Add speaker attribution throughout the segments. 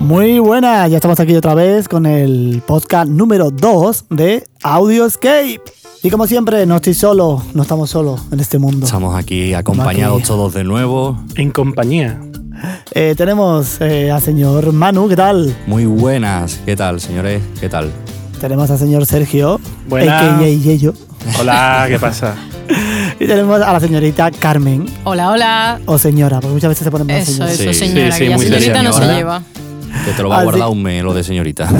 Speaker 1: Muy buenas, ya estamos aquí otra vez con el podcast número 2 de Audioscape. Y como siempre, no estoy solo, no estamos solos en este mundo.
Speaker 2: Estamos aquí acompañados
Speaker 1: Maki.
Speaker 2: todos de nuevo.
Speaker 3: En compañía.
Speaker 1: Eh, tenemos eh, al señor Manu, ¿qué tal?
Speaker 2: Muy buenas. ¿Qué tal, señores? ¿Qué tal?
Speaker 1: Tenemos al señor Sergio,
Speaker 3: Buenas.
Speaker 1: a.k.a. Yeyo.
Speaker 3: Hola, ¿qué pasa?
Speaker 1: Y tenemos a la señorita Carmen,
Speaker 4: Hola, hola.
Speaker 1: o señora, porque muchas veces se ponen más
Speaker 4: Eso,
Speaker 1: señora.
Speaker 4: eso,
Speaker 2: Sí,
Speaker 3: sí,
Speaker 4: señora.
Speaker 3: sí,
Speaker 4: que la
Speaker 3: muy
Speaker 4: señorita no se
Speaker 2: señora.
Speaker 4: lleva.
Speaker 2: Que te lo va
Speaker 1: Ah,
Speaker 2: a
Speaker 1: sí.
Speaker 2: guardar un mes, lo de señorita.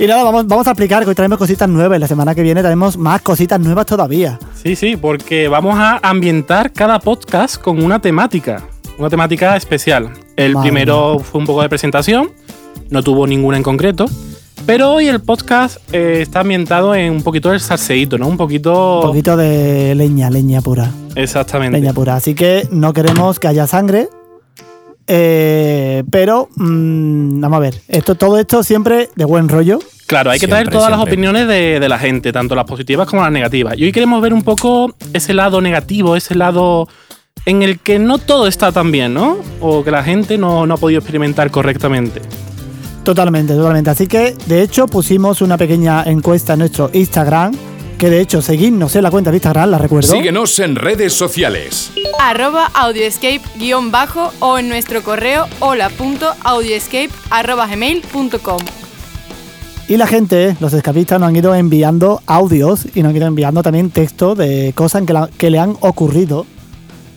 Speaker 1: Y nada, vamos, vamos a explicar que hoy traemos cositas nuevas y la semana que viene tenemos más cositas nuevas todavía.
Speaker 3: Sí, sí, porque vamos a ambientar cada podcast con una temática, una temática especial. El
Speaker 1: Madre
Speaker 3: primero fue un poco de presentación, no tuvo ninguna en concreto, pero hoy el podcast eh, está ambientado en un poquito del salseíto, ¿no? Un poquito...
Speaker 1: Un poquito de leña, leña pura.
Speaker 3: Exactamente.
Speaker 1: Leña pura. Así que no queremos que haya sangre. Eh, pero, mm, vamos a ver, esto, todo esto siempre de buen rollo.
Speaker 3: Claro, hay que traer
Speaker 2: Siempre,
Speaker 3: todas las
Speaker 2: siempre.
Speaker 3: opiniones de, de la gente, tanto las positivas como las negativas. Y hoy queremos ver un poco ese lado negativo, ese lado en el que no todo está tan bien, ¿no? O que la gente no, no ha podido experimentar correctamente.
Speaker 1: Totalmente, totalmente. Así que, de hecho, pusimos una pequeña encuesta en nuestro Instagram. Que de hecho, seguidnos en la cuenta de Instagram, la recuerdo.
Speaker 5: Síguenos en redes sociales.
Speaker 4: Arroba audioescape-bajo o en nuestro correo hola.audioescape.gmail.com
Speaker 1: Y la gente, los escapistas, nos han ido enviando audios y nos han ido enviando también texto de cosas que, la- que le han ocurrido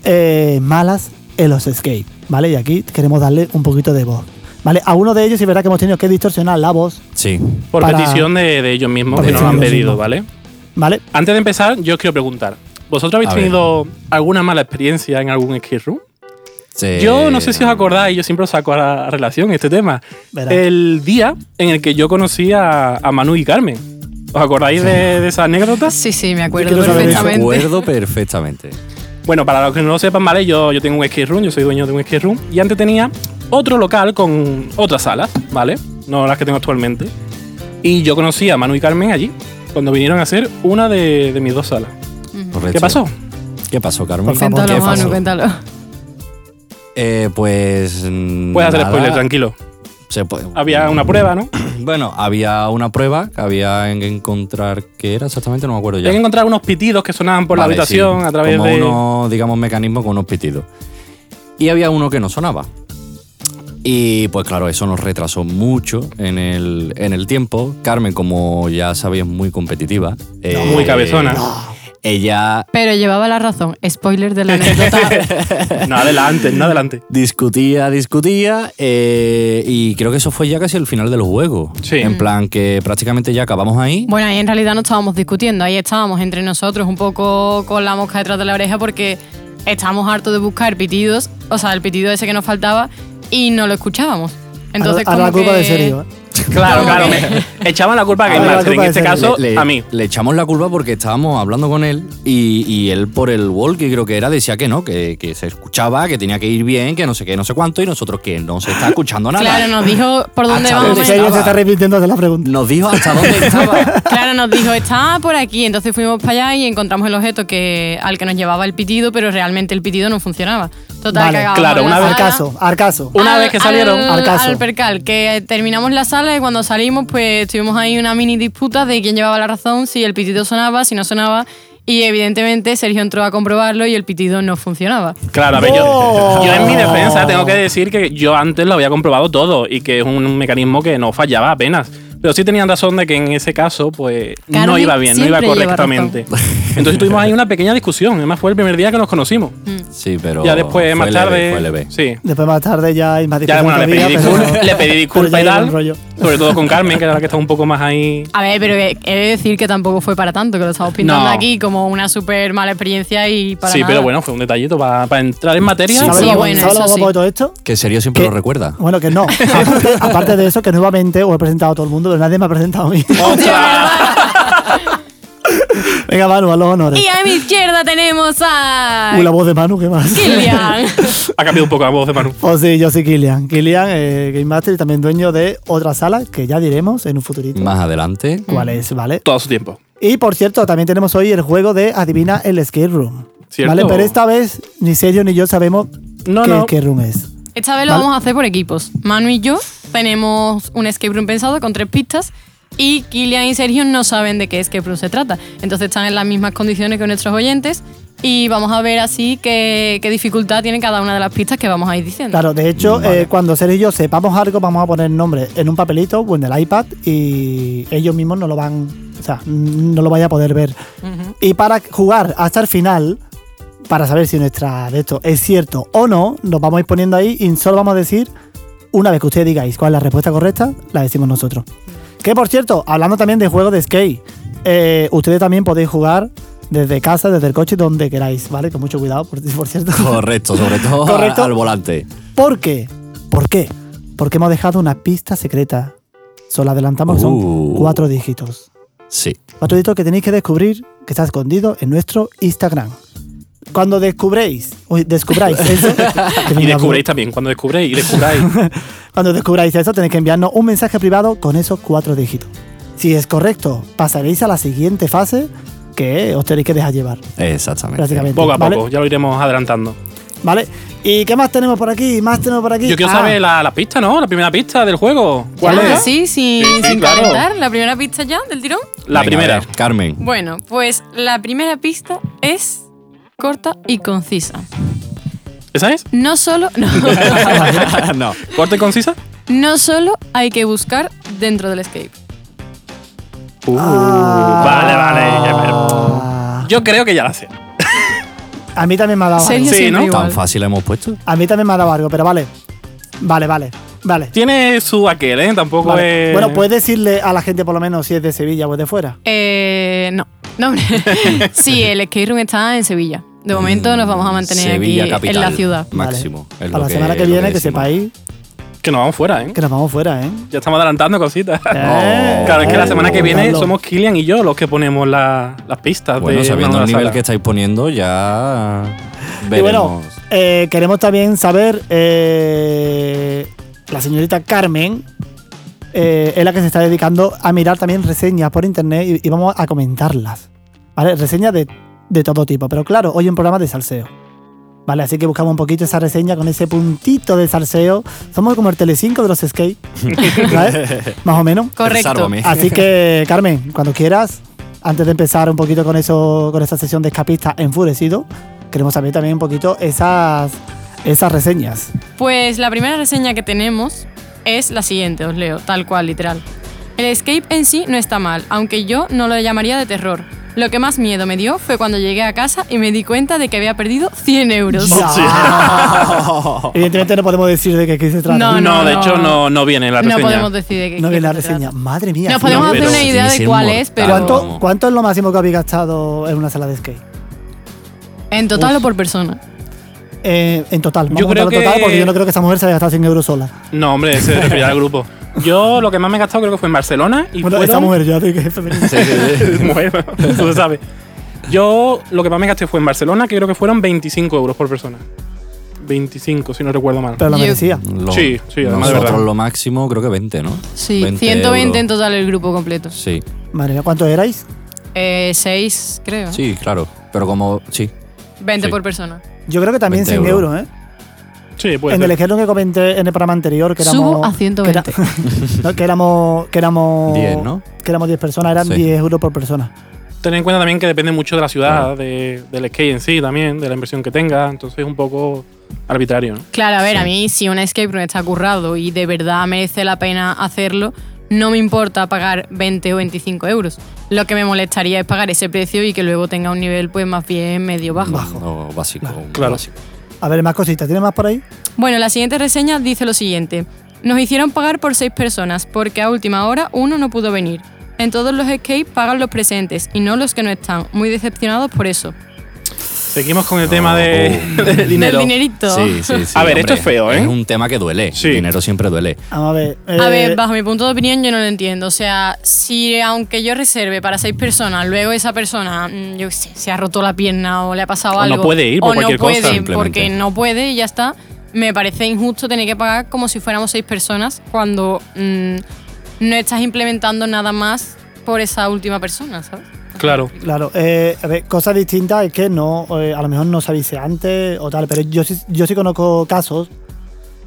Speaker 1: eh, malas en los escape, ¿vale? Y aquí queremos darle un poquito de voz, ¿vale? A uno de ellos, y verá que hemos tenido que distorsionar la voz,
Speaker 2: Sí.
Speaker 3: Por
Speaker 1: Para-
Speaker 3: petición de, de ellos mismos
Speaker 2: Por
Speaker 3: que nos
Speaker 1: petición
Speaker 3: han
Speaker 1: de ellos
Speaker 3: pedido,
Speaker 1: mismos.
Speaker 3: ¿vale?
Speaker 1: ¿vale?
Speaker 3: Antes de empezar, yo os quiero preguntar. ¿Vosotros habéis
Speaker 2: A ver.
Speaker 3: tenido alguna mala experiencia en algún escape room?
Speaker 2: Sí.
Speaker 3: Yo no sé si os
Speaker 2: Eh,
Speaker 3: acordáis, yo siempre os saco a la relación este tema.
Speaker 1: Verás.
Speaker 3: El día en el que yo conocí a, a Manu y Carmen. ¿Os acordáis de, de esa anécdota?
Speaker 4: Sí, sí, me acuerdo
Speaker 1: quiero saber eso.
Speaker 4: perfectamente.
Speaker 2: Recuerdo perfectamente.
Speaker 3: Bueno, para los que no lo sepan, ¿vale? Yo, yo tengo un skate room, yo soy dueño de un skate room. Y antes tenía otro local con otras salas, ¿vale? No las que tengo actualmente. Y yo conocí a Manu y Carmen allí, cuando vinieron a hacer una de, de mis dos salas.
Speaker 2: Correcto.
Speaker 3: ¿Qué pasó?
Speaker 2: ¿Qué pasó, Carmen?
Speaker 1: Por favor.
Speaker 2: ¿Qué
Speaker 4: Cuéntalo, Manu,
Speaker 2: pasó?
Speaker 4: cuéntalo.
Speaker 2: Eh, pues.
Speaker 3: Puedes hacer spoiler, tranquilo. Había una prueba, ¿no?
Speaker 2: Bueno, había una prueba que había que encontrar. ¿Qué era exactamente? No me acuerdo ya.
Speaker 3: Hay que encontrar unos pitidos que sonaban por
Speaker 2: Vale,
Speaker 3: la habitación
Speaker 2: sí,
Speaker 3: a través
Speaker 2: como
Speaker 3: de.
Speaker 2: unos, digamos, mecanismos con unos pitidos. Y había uno que no sonaba. Y pues claro, eso nos retrasó mucho en el, en el tiempo. Carmen, como ya sabéis, es muy competitiva. eh,
Speaker 3: Muy cabezona.
Speaker 2: Ella
Speaker 4: Pero llevaba la razón. Spoiler de la anécdota.
Speaker 3: No, adelante, no adelante.
Speaker 2: discutía, discutía. eh, y creo que eso fue ya casi el final del juego.
Speaker 3: Sí.
Speaker 2: En plan que prácticamente ya acabamos ahí.
Speaker 4: bueno, ahí en realidad no estábamos discutiendo. Ahí estábamos entre nosotros un poco con la mosca detrás de la oreja porque estábamos hartos de buscar pitidos. O sea, el pitido ese que nos faltaba y no lo escuchábamos. Entonces,
Speaker 1: ahora, ahora la
Speaker 4: como
Speaker 1: culpa de
Speaker 4: que-
Speaker 1: serio. ¿eh?
Speaker 3: Claro,
Speaker 4: Como
Speaker 3: claro.
Speaker 4: que-
Speaker 3: me- echaban la culpa a Game
Speaker 1: Ahora la
Speaker 3: Master, en
Speaker 1: culpa
Speaker 3: este
Speaker 1: es de
Speaker 3: caso,
Speaker 2: le, le-
Speaker 3: a mí.
Speaker 2: le echamos la culpa porque estábamos hablando con él y, y él por el walkie creo que era decía que no, que, que se escuchaba, que tenía que ir bien, que no sé qué, no sé cuánto y nosotros que no se está escuchando nada.
Speaker 4: Claro, nos dijo por dónde
Speaker 2: Hasta
Speaker 4: vamos.
Speaker 1: Es
Speaker 2: dónde
Speaker 1: que ella
Speaker 2: estaba.
Speaker 1: se está repitiendo de la pregunta.
Speaker 2: Nos dijo hasta dónde estaba.
Speaker 4: Claro, nos dijo, está por aquí. Entonces fuimos para allá y encontramos el objeto que, al que nos llevaba el pitido, pero realmente el pitido no funcionaba. Total,
Speaker 1: Vale,
Speaker 4: que acabamos
Speaker 3: claro,
Speaker 4: en la
Speaker 3: una vez-
Speaker 1: Al
Speaker 4: sala.
Speaker 1: caso, al caso.
Speaker 3: Una
Speaker 4: Al-
Speaker 3: vez que salieron,
Speaker 4: al,
Speaker 1: al caso.
Speaker 4: al percal, que terminamos la sala y cuando salimos, pues tuvimos ahí una mini disputa de quién llevaba la razón, si el pitido sonaba, si no sonaba. Y evidentemente Sergio entró a comprobarlo y el pitido no funcionaba.
Speaker 3: Claro, a ver, yo,
Speaker 1: ¡No!
Speaker 3: yo en mi defensa tengo que decir que yo antes lo había comprobado todo y que es un mecanismo que no fallaba apenas. Pero sí tenían razón de que en ese caso, pues, no
Speaker 4: Carmen
Speaker 3: iba bien, no iba
Speaker 4: siempre lleva
Speaker 3: correctamente. Entonces tuvimos ahí una pequeña discusión. Además, fue el primer día que nos conocimos.
Speaker 4: Mm.
Speaker 2: Sí, pero
Speaker 3: ya después,
Speaker 2: fue
Speaker 3: más
Speaker 2: leve,
Speaker 3: tarde.
Speaker 2: fue leve.
Speaker 3: Sí.
Speaker 1: Después más tarde ya hay más
Speaker 3: Ya,
Speaker 1: discusión
Speaker 3: bueno, le
Speaker 1: todavía,
Speaker 3: pedí,
Speaker 1: pero-
Speaker 3: disculpas, le pedí
Speaker 1: pero
Speaker 3: disculpa
Speaker 1: ya
Speaker 3: y
Speaker 1: lleva un
Speaker 3: tal.
Speaker 1: rollo.
Speaker 3: Sobre todo con Carmen, que era la que está un poco más ahí.
Speaker 4: A ver, pero he he de decir que tampoco fue para tanto, que lo estamos pintando
Speaker 3: No.
Speaker 4: aquí como una súper mala experiencia y para
Speaker 3: sí,
Speaker 4: nada.
Speaker 3: pero bueno, fue un detallito para, para entrar en materia.
Speaker 2: Sí,
Speaker 1: ¿Sabes
Speaker 4: Sí,
Speaker 1: lo,
Speaker 4: bueno,
Speaker 1: ¿sabes lo
Speaker 4: eso
Speaker 1: guapo
Speaker 4: sí.
Speaker 1: de todo esto?
Speaker 2: Que serio siempre
Speaker 1: ¿Qué?
Speaker 2: lo recuerda.
Speaker 1: Bueno, que no. Aparte, aparte de eso, que nuevamente os he presentado a todo el mundo pero nadie me ha presentado a mí.
Speaker 3: Oh.
Speaker 1: Venga, Manu, a los honores.
Speaker 4: Y a mi izquierda tenemos a.
Speaker 1: Uy, la voz de Manu, ¿qué más?
Speaker 4: Kilian.
Speaker 3: Ha cambiado un poco la voz de Manu.
Speaker 1: Pues sí, yo soy Kilian. Kilian, eh, Game Master y también dueño de otra sala que ya diremos en un futurito
Speaker 2: Más adelante.
Speaker 3: Mm.
Speaker 1: cuál es, ¿vale?
Speaker 3: Todo su tiempo.
Speaker 1: Y por cierto, también tenemos hoy el juego de Adivina el Escape Room.
Speaker 3: Cierto.
Speaker 1: ¿Vale? Pero esta vez ni Sergio ni yo sabemos
Speaker 3: No,
Speaker 1: qué
Speaker 3: no.
Speaker 1: Escape Room es.
Speaker 4: Esta vez lo
Speaker 1: Vale.
Speaker 4: vamos a hacer por equipos. Manu y yo tenemos un escape room pensado con tres pistas y Kilian y Sergio no saben de qué escape room se trata. Entonces están en las mismas condiciones que nuestros oyentes y vamos a ver así qué, qué dificultad tiene cada una de las pistas que vamos a ir diciendo.
Speaker 1: Claro, de hecho, eh, cuando Sergio y yo sepamos algo, vamos a poner nombre en un papelito o en el iPad y ellos mismos no lo van, o sea, no lo vaya a poder ver. Y para jugar hasta el final, para saber si nuestra de esto es cierto o no, nos vamos a ir poniendo ahí y solo vamos a decir, una vez que ustedes digáis cuál es la respuesta correcta, la decimos nosotros. Que por cierto, hablando también de juegos de skate, eh, ustedes también podéis jugar desde casa, desde el coche, donde queráis, ¿vale? Con mucho cuidado, por, por cierto.
Speaker 2: Correcto, sobre todo
Speaker 1: Correcto.
Speaker 2: al volante.
Speaker 1: ¿Por qué? ¿Por qué? Porque hemos dejado una pista secreta. Solo adelantamos que son
Speaker 2: Uh.
Speaker 1: cuatro dígitos.
Speaker 2: Sí.
Speaker 1: Cuatro dígitos que tenéis que descubrir que está escondido en nuestro Instagram. Cuando descubréis, uy, descubráis eso, que
Speaker 3: Y
Speaker 1: venga,
Speaker 3: descubréis también, cuando descubréis y descubráis.
Speaker 1: cuando descubráis eso, tenéis que enviarnos un mensaje privado con esos cuatro dígitos. Si es correcto, pasaréis a la siguiente fase que os tenéis que dejar llevar,
Speaker 2: Exactamente.
Speaker 1: prácticamente.
Speaker 3: poco a
Speaker 1: ¿vale?
Speaker 3: poco, ya lo iremos adelantando.
Speaker 1: ¿Vale? ¿Y qué más tenemos por aquí? ¿Más tenemos por aquí?
Speaker 3: Yo quiero
Speaker 1: Ah,
Speaker 3: saber la, la pista, ¿no? La primera pista del juego. ¿Cuál
Speaker 4: Ya,
Speaker 3: era?
Speaker 4: Sí, sin,
Speaker 3: Sí, sí,
Speaker 4: sin
Speaker 3: claro.
Speaker 4: calentar. La primera pista ya del tirón.
Speaker 2: Venga,
Speaker 3: La
Speaker 2: a
Speaker 3: primera.
Speaker 2: ver, Carmen.
Speaker 4: Bueno, pues la primera pista es corta y concisa.
Speaker 3: ¿Esa es?
Speaker 4: No solo, no,
Speaker 2: no.
Speaker 3: ¿Corta y concisa?
Speaker 4: no solo hay que buscar dentro del escape.
Speaker 3: Uh,
Speaker 1: Ah.
Speaker 3: Vale, vale. ya, pero- Yo creo que ya la sé.
Speaker 1: A mí también me ha dado.
Speaker 4: Sergio
Speaker 3: sí,
Speaker 4: siempre
Speaker 3: ¿no?
Speaker 4: igual.
Speaker 2: Tan fácil hemos puesto.
Speaker 1: A mí también me ha dado algo, pero vale. Vale, vale. Vale.
Speaker 3: Tiene su aquel, ¿eh? Tampoco
Speaker 1: vale.
Speaker 3: es.
Speaker 2: pues-
Speaker 1: Bueno, puedes decirle a la gente por lo menos si es de Sevilla o es de fuera.
Speaker 4: Eh, no, no, hombre. sí, el skate room está en Sevilla. De momento nos vamos a mantener
Speaker 2: Mm, Sevilla
Speaker 4: aquí
Speaker 2: capital,
Speaker 4: en la ciudad.
Speaker 2: Máximo.
Speaker 1: Vale.
Speaker 2: es
Speaker 1: Para
Speaker 2: lo
Speaker 1: la semana que
Speaker 2: lo
Speaker 1: viene que,
Speaker 2: decimos.
Speaker 1: sepáis
Speaker 3: Que nos vamos fuera, ¿eh?
Speaker 1: que nos vamos fuera, ¿eh?
Speaker 3: Ya estamos adelantando cositas.
Speaker 1: Eh,
Speaker 3: Claro, es que la semana que viene
Speaker 1: Carlos.
Speaker 3: somos Kilian y yo los que ponemos la- las pistas.
Speaker 2: Bueno,
Speaker 3: de
Speaker 2: sabiendo
Speaker 3: Manolo
Speaker 2: el nivel
Speaker 3: Sala.
Speaker 2: que estáis poniendo, ya veremos.
Speaker 1: Y bueno, eh, queremos también saber eh, la señorita Carmen. eh, es la que se está dedicando a mirar también reseñas por internet y, y vamos a comentarlas. ¿Vale? Reseñas de, de todo tipo, pero claro, hoy un programa de salseo. ¿Vale? Así que buscamos un poquito esa reseña con ese puntito de salseo. Somos como el Telecinco de los skate. ¿Sabes? Más o menos.
Speaker 4: Correcto.
Speaker 2: Sálvame.
Speaker 1: Así que, Carmen, cuando quieras, antes de empezar un poquito con eso, con esta sesión de escapista enfurecido, queremos saber también un poquito esas, esas reseñas.
Speaker 4: Pues la primera reseña que tenemos es la siguiente, os leo, tal cual, literal. El escape en sí no está mal, aunque yo no lo llamaría de terror. Lo que más miedo me dio fue cuando llegué a casa y me di cuenta de que había perdido 100 euros.
Speaker 1: Evidentemente no podemos decir de qué, qué se trata.
Speaker 4: No,
Speaker 3: No, de
Speaker 4: no.
Speaker 3: hecho no, no viene en la
Speaker 4: No
Speaker 3: reseña.
Speaker 4: podemos decir de qué.
Speaker 1: No
Speaker 4: qué
Speaker 1: viene la
Speaker 4: se trata.
Speaker 1: reseña. Madre mía.
Speaker 4: Nos
Speaker 1: sí,
Speaker 4: podemos
Speaker 1: no.
Speaker 4: hacer
Speaker 2: pero
Speaker 4: una
Speaker 2: sí,
Speaker 4: idea
Speaker 2: sí,
Speaker 4: de
Speaker 2: es
Speaker 4: cuál
Speaker 2: mortal.
Speaker 4: es, pero.
Speaker 1: ¿Cuánto, ¿Cuánto es lo máximo que habéis gastado en una sala de skate?
Speaker 4: En total o por persona.
Speaker 1: Eh, en total. Vamos
Speaker 3: Yo
Speaker 1: a contar
Speaker 3: creo
Speaker 1: en total
Speaker 3: que-
Speaker 1: porque yo no creo que esa mujer se haya gastado 100 euros sola.
Speaker 3: No, hombre, se refería al grupo. Yo lo que más me he gastado creo que fue en Barcelona y
Speaker 1: Bueno,
Speaker 3: fueron-
Speaker 1: esa mujer, yo digo que es femenina.
Speaker 3: Mujer, tú lo sabes. Yo lo que más me gasté fue en Barcelona, que creo que fueron 25 euros por persona. 25, si no recuerdo mal.
Speaker 1: Pero la
Speaker 4: Yo-
Speaker 1: merecía.
Speaker 2: Lo-
Speaker 3: Sí, sí, además de
Speaker 2: Nosotros
Speaker 3: verdad.
Speaker 2: lo máximo creo que 20, ¿no?
Speaker 4: Sí,
Speaker 2: 20
Speaker 4: 120 en
Speaker 2: euros.
Speaker 4: total el grupo completo.
Speaker 2: Sí,
Speaker 1: Madre mía, ¿cuántos erais?
Speaker 4: Eh, 6, creo.
Speaker 2: sí, claro. Pero como, sí.
Speaker 4: 20
Speaker 2: Sí.
Speaker 4: por persona.
Speaker 1: Yo creo que también
Speaker 2: 20
Speaker 1: 100
Speaker 2: euros.
Speaker 1: euros, ¿eh?
Speaker 3: Sí,
Speaker 2: Pues
Speaker 3: pues, puede
Speaker 1: en
Speaker 3: ser.
Speaker 1: el ejemplo que comenté en el programa anterior, que éramos.
Speaker 4: Subo a 120.
Speaker 1: Que, era- no, que éramos. Que éramos
Speaker 2: 10, ¿no?
Speaker 1: Que éramos 10 personas, eran
Speaker 2: Sí.
Speaker 1: 10 euros por persona.
Speaker 3: Ten en cuenta también que depende mucho de la
Speaker 1: Ah.
Speaker 3: ciudad, de- del skate en sí también, de la inversión que tenga. Entonces es un poco arbitrario, ¿no?
Speaker 4: Claro, a ver,
Speaker 2: Sí.
Speaker 4: a mí si un escape room está currado y de verdad merece la pena hacerlo, no me importa pagar 20 o 25 euros. Lo que me molestaría es pagar ese precio y que luego tenga un nivel pues más bien medio bajo.
Speaker 2: No, básico. un
Speaker 3: Claro.
Speaker 2: básico.
Speaker 1: A ver, más cositas. ¿Tienes más por ahí?
Speaker 4: Bueno, la siguiente reseña dice lo siguiente. Nos hicieron pagar por seis personas porque a última hora uno no pudo venir. En todos los escapes pagan los presentes y no los que no están. Muy decepcionados por eso.
Speaker 3: Seguimos con el tema de,
Speaker 2: Oh.
Speaker 3: del dinero.
Speaker 4: Del dinerito.
Speaker 2: Sí, sí, sí.
Speaker 3: A ver, esto es feo, ¿eh?
Speaker 2: Es un tema que duele.
Speaker 3: Sí.
Speaker 2: El dinero siempre duele.
Speaker 1: Vamos a ver.
Speaker 4: A
Speaker 1: eh,
Speaker 4: ver, bajo mi punto de opinión, yo no lo entiendo. O sea, si aunque yo reserve para seis personas, luego esa persona, mm, yo qué sé, se ha roto la pierna o le ha pasado
Speaker 3: O no
Speaker 4: algo.
Speaker 3: puede ir por
Speaker 4: o
Speaker 3: cualquier
Speaker 4: no puede
Speaker 3: cosa,
Speaker 2: simplemente.
Speaker 4: porque no puede y ya está. Me parece injusto tener que pagar como si fuéramos seis personas cuando mm, no estás implementando nada más por esa última persona, ¿sabes?
Speaker 3: Claro.
Speaker 1: Claro, eh, a ver, cosa distinta es que no, eh, a lo mejor no se avise antes o tal, pero yo sí, yo sí conozco casos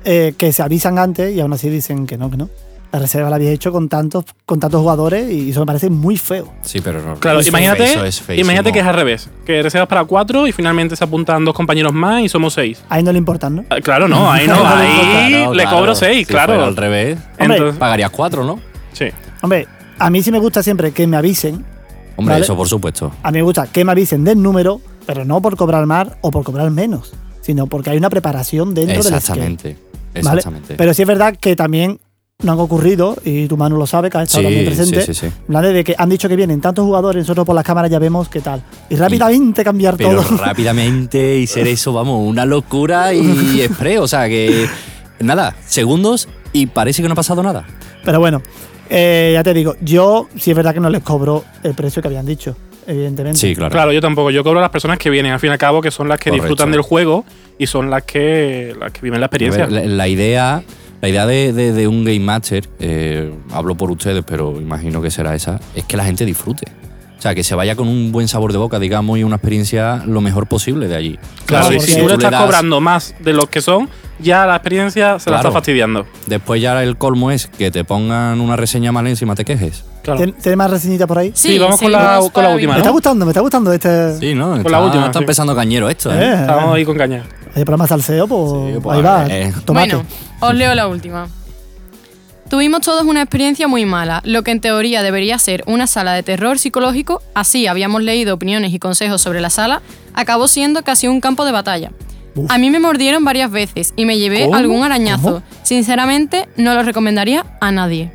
Speaker 1: eh, que se avisan antes y aún así dicen que no, que no. La reserva la había hecho con tantos, con tantos jugadores y eso me parece muy feo.
Speaker 2: Sí, pero no.
Speaker 3: Claro,
Speaker 2: eso es
Speaker 3: imagínate,
Speaker 2: feo, eso es feísimo.
Speaker 3: imagínate que es al revés. Que reservas para cuatro y finalmente se apuntan dos compañeros más y somos seis.
Speaker 1: Ahí no le importan, ¿no?
Speaker 3: Ah, Claro, no, ahí no.
Speaker 2: Claro,
Speaker 3: ahí
Speaker 2: claro,
Speaker 3: le
Speaker 2: claro.
Speaker 3: cobro seis,
Speaker 2: Si fuera
Speaker 3: claro.
Speaker 2: al revés,
Speaker 1: Hombre.
Speaker 3: Entonces,
Speaker 2: pagarías cuatro, ¿no?
Speaker 3: sí.
Speaker 1: Hombre, a mí sí me gusta siempre que me avisen,
Speaker 2: Hombre,
Speaker 1: Vale.
Speaker 2: eso por supuesto.
Speaker 1: a mí me gusta que me avisen del número, pero no por cobrar más o por cobrar menos, sino porque hay una preparación dentro del esquema.
Speaker 2: Exactamente.
Speaker 1: ¿vale?
Speaker 2: Exactamente.
Speaker 1: Pero sí es verdad que también no han ocurrido, y tu mano lo sabe, que ha estado
Speaker 2: Sí,
Speaker 1: también presente.
Speaker 2: sí, sí, sí.
Speaker 1: en plan de que han dicho que vienen tantos jugadores, nosotros por las cámaras ya vemos qué tal. Y rápidamente cambiar
Speaker 2: Pero
Speaker 1: todo.
Speaker 2: rápidamente y ser eso, vamos, una locura y spray. O sea que. Nada, segundos y parece que no ha pasado nada.
Speaker 1: Pero bueno, eh, ya te digo, yo sí es verdad que no les cobro el precio que habían dicho, evidentemente.
Speaker 2: Sí, claro.
Speaker 3: Claro, yo tampoco. Yo cobro a las personas que vienen, al fin y al cabo, que son las que
Speaker 2: Correcto.
Speaker 3: disfrutan del juego y son las que, las que viven la
Speaker 2: A
Speaker 3: experiencia.
Speaker 2: ver, la, la idea, la idea de, de- de un Game Master, eh, hablo por ustedes, pero imagino que será esa, es que la gente disfrute. O sea, que se vaya con un buen sabor de boca, digamos, y una experiencia lo mejor posible de allí.
Speaker 3: Claro,
Speaker 1: Claro,
Speaker 3: y si
Speaker 1: porque
Speaker 3: tú le
Speaker 2: le
Speaker 3: estás
Speaker 2: das-
Speaker 3: cobrando más de los que son, ya la experiencia se la
Speaker 2: Claro.
Speaker 3: está fastidiando.
Speaker 2: Después ya el colmo es que te pongan una reseña mal encima te quejes.
Speaker 3: Claro.
Speaker 1: ¿Tien- ¿Tienes más reseñita por ahí?
Speaker 3: Sí, vamos con la-
Speaker 4: seguimos
Speaker 3: con la
Speaker 4: para
Speaker 3: última,
Speaker 1: Me
Speaker 3: ¿no?
Speaker 1: está gustando, me está gustando este.
Speaker 2: Sí, ¿no?
Speaker 3: Con
Speaker 2: Está,
Speaker 3: la última,
Speaker 2: está
Speaker 3: sí.
Speaker 2: empezando cañero esto, ¿eh?
Speaker 1: Eh,
Speaker 3: Estamos ahí con caña.
Speaker 1: Oye, este programa salseo, pues,
Speaker 2: Sí, pues,
Speaker 1: ahí va.
Speaker 2: eh.
Speaker 1: Tomate.
Speaker 4: Bueno, os leo la última. Tuvimos todos una experiencia muy mala, lo que en teoría debería ser una sala de terror psicológico, así habíamos leído opiniones y consejos sobre la sala, acabó siendo casi un campo de batalla.
Speaker 1: Uf.
Speaker 4: A mí me mordieron varias veces y me llevé
Speaker 3: ¿Cómo?
Speaker 4: algún arañazo.
Speaker 1: ¿Cómo?
Speaker 4: Sinceramente, no lo recomendaría a nadie.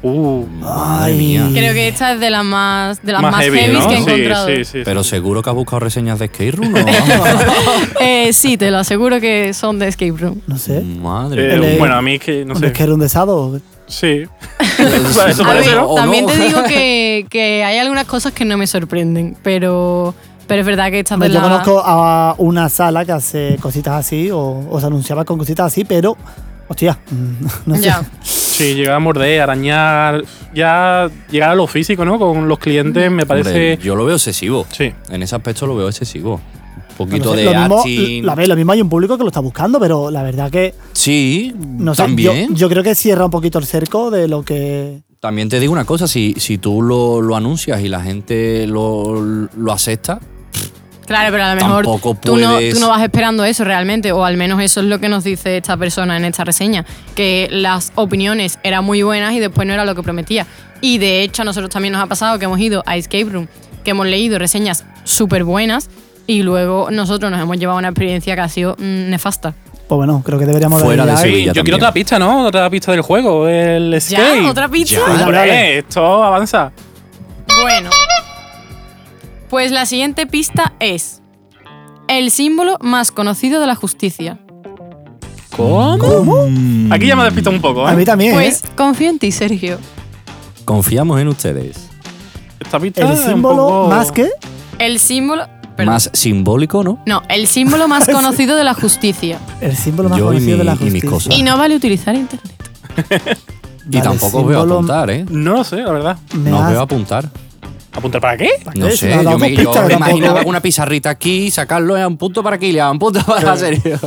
Speaker 3: Uh,
Speaker 2: Madre
Speaker 1: Ay.
Speaker 2: mía.
Speaker 4: Creo que esta es de las más, de las más,
Speaker 3: más heavy,
Speaker 4: heavies
Speaker 3: ¿no?
Speaker 4: que he
Speaker 3: Sí,
Speaker 4: encontrado.
Speaker 3: sí, sí. Eh,
Speaker 2: Pero seguro que has buscado reseñas de Escape Room,
Speaker 4: Eh, sí, te lo aseguro que son de Escape Room.
Speaker 1: No sé.
Speaker 2: ¿no? Madre
Speaker 3: Eh,
Speaker 1: El-
Speaker 3: bueno, a mí es que no
Speaker 1: ¿Dónde
Speaker 3: sé.
Speaker 1: es que era un desado?
Speaker 3: Sí. Eso
Speaker 4: A
Speaker 3: parece,
Speaker 4: ver,
Speaker 3: ¿no?
Speaker 2: ¿O
Speaker 4: también
Speaker 2: no?
Speaker 4: te digo que, que hay algunas cosas que no me sorprenden, pero, pero es verdad que estas de
Speaker 1: Hombre, yo
Speaker 4: la...
Speaker 1: conozco a una sala que hace cositas así o, o se anunciaba con cositas así, pero. Hostia, mm, no sé.
Speaker 4: Ya.
Speaker 3: Sí, llegar a morder, arañar, ya llegar a lo físico, ¿no? Con los clientes me
Speaker 2: Hombre,
Speaker 3: parece...
Speaker 2: yo lo veo excesivo.
Speaker 3: Sí.
Speaker 2: En ese aspecto lo veo excesivo. Un
Speaker 1: No
Speaker 2: poquito
Speaker 1: sé,
Speaker 2: de
Speaker 1: lo, mismo,
Speaker 2: acting.
Speaker 1: la, lo mismo hay un público que lo está buscando, pero la verdad que.
Speaker 2: Sí,
Speaker 1: No sé,
Speaker 2: también.
Speaker 1: Yo, yo creo que cierra un poquito el cerco de lo que.
Speaker 2: También te digo una cosa, si, si tú lo, lo anuncias y la gente lo, lo acepta,
Speaker 4: Claro, pero a lo mejor
Speaker 2: Tampoco
Speaker 4: tú, no,
Speaker 2: puedes-
Speaker 4: tú no vas esperando eso realmente, o al menos eso es lo que nos dice esta persona en esta reseña, que las opiniones eran muy buenas y después no era lo que prometía. Y de hecho a nosotros también nos ha pasado que hemos ido a Escape Room, que hemos leído reseñas súper buenas y luego nosotros nos hemos llevado una experiencia que ha sido mm, nefasta.
Speaker 1: Pues bueno, creo que deberíamos
Speaker 2: Fuera de
Speaker 1: ya
Speaker 2: sí,
Speaker 3: Sí,
Speaker 1: y-
Speaker 2: Sevilla.
Speaker 3: yo
Speaker 2: también.
Speaker 3: quiero otra pista, ¿no? Otra pista del juego, el skate.
Speaker 4: ¿Ya? ¿Otra pizza?
Speaker 2: Ya.
Speaker 3: Hombre,
Speaker 1: Dale.
Speaker 3: esto avanza.
Speaker 4: Bueno. Pues la siguiente pista es el símbolo más conocido de la justicia.
Speaker 3: ¿Cómo? Aquí ya me despistado un poco,
Speaker 1: A mí
Speaker 3: ¿eh?
Speaker 1: también.
Speaker 4: Pues
Speaker 1: ¿eh?
Speaker 4: confío en ti, Sergio.
Speaker 2: confiamos en ustedes.
Speaker 3: Esta pista
Speaker 1: El
Speaker 3: es un
Speaker 1: símbolo
Speaker 3: poco-
Speaker 1: más que.
Speaker 4: El símbolo. perdón.
Speaker 2: Más simbólico, ¿no?
Speaker 4: No, el símbolo más conocido de la justicia.
Speaker 1: El símbolo más
Speaker 2: Yo y
Speaker 1: conocido
Speaker 2: mi-
Speaker 1: de la
Speaker 2: y mis
Speaker 1: justicia.
Speaker 2: cosas.
Speaker 4: Y no vale utilizar internet.
Speaker 2: y
Speaker 1: Vale,
Speaker 2: tampoco veo
Speaker 1: símbolo-
Speaker 2: apuntar, ¿eh?
Speaker 3: No lo sé, la verdad.
Speaker 1: Me
Speaker 2: No
Speaker 1: has-
Speaker 2: veo apuntar.
Speaker 3: ¿Apuntar para qué?
Speaker 1: ¿Para
Speaker 2: No
Speaker 1: qué? Si
Speaker 2: sé,
Speaker 1: me has dado
Speaker 2: yo me,
Speaker 1: dos
Speaker 2: yo
Speaker 1: pistas,
Speaker 2: me
Speaker 1: tampoco-
Speaker 2: imaginaba una pizarrita aquí, sacarlo a un punto para aquí, le daban punto para serio.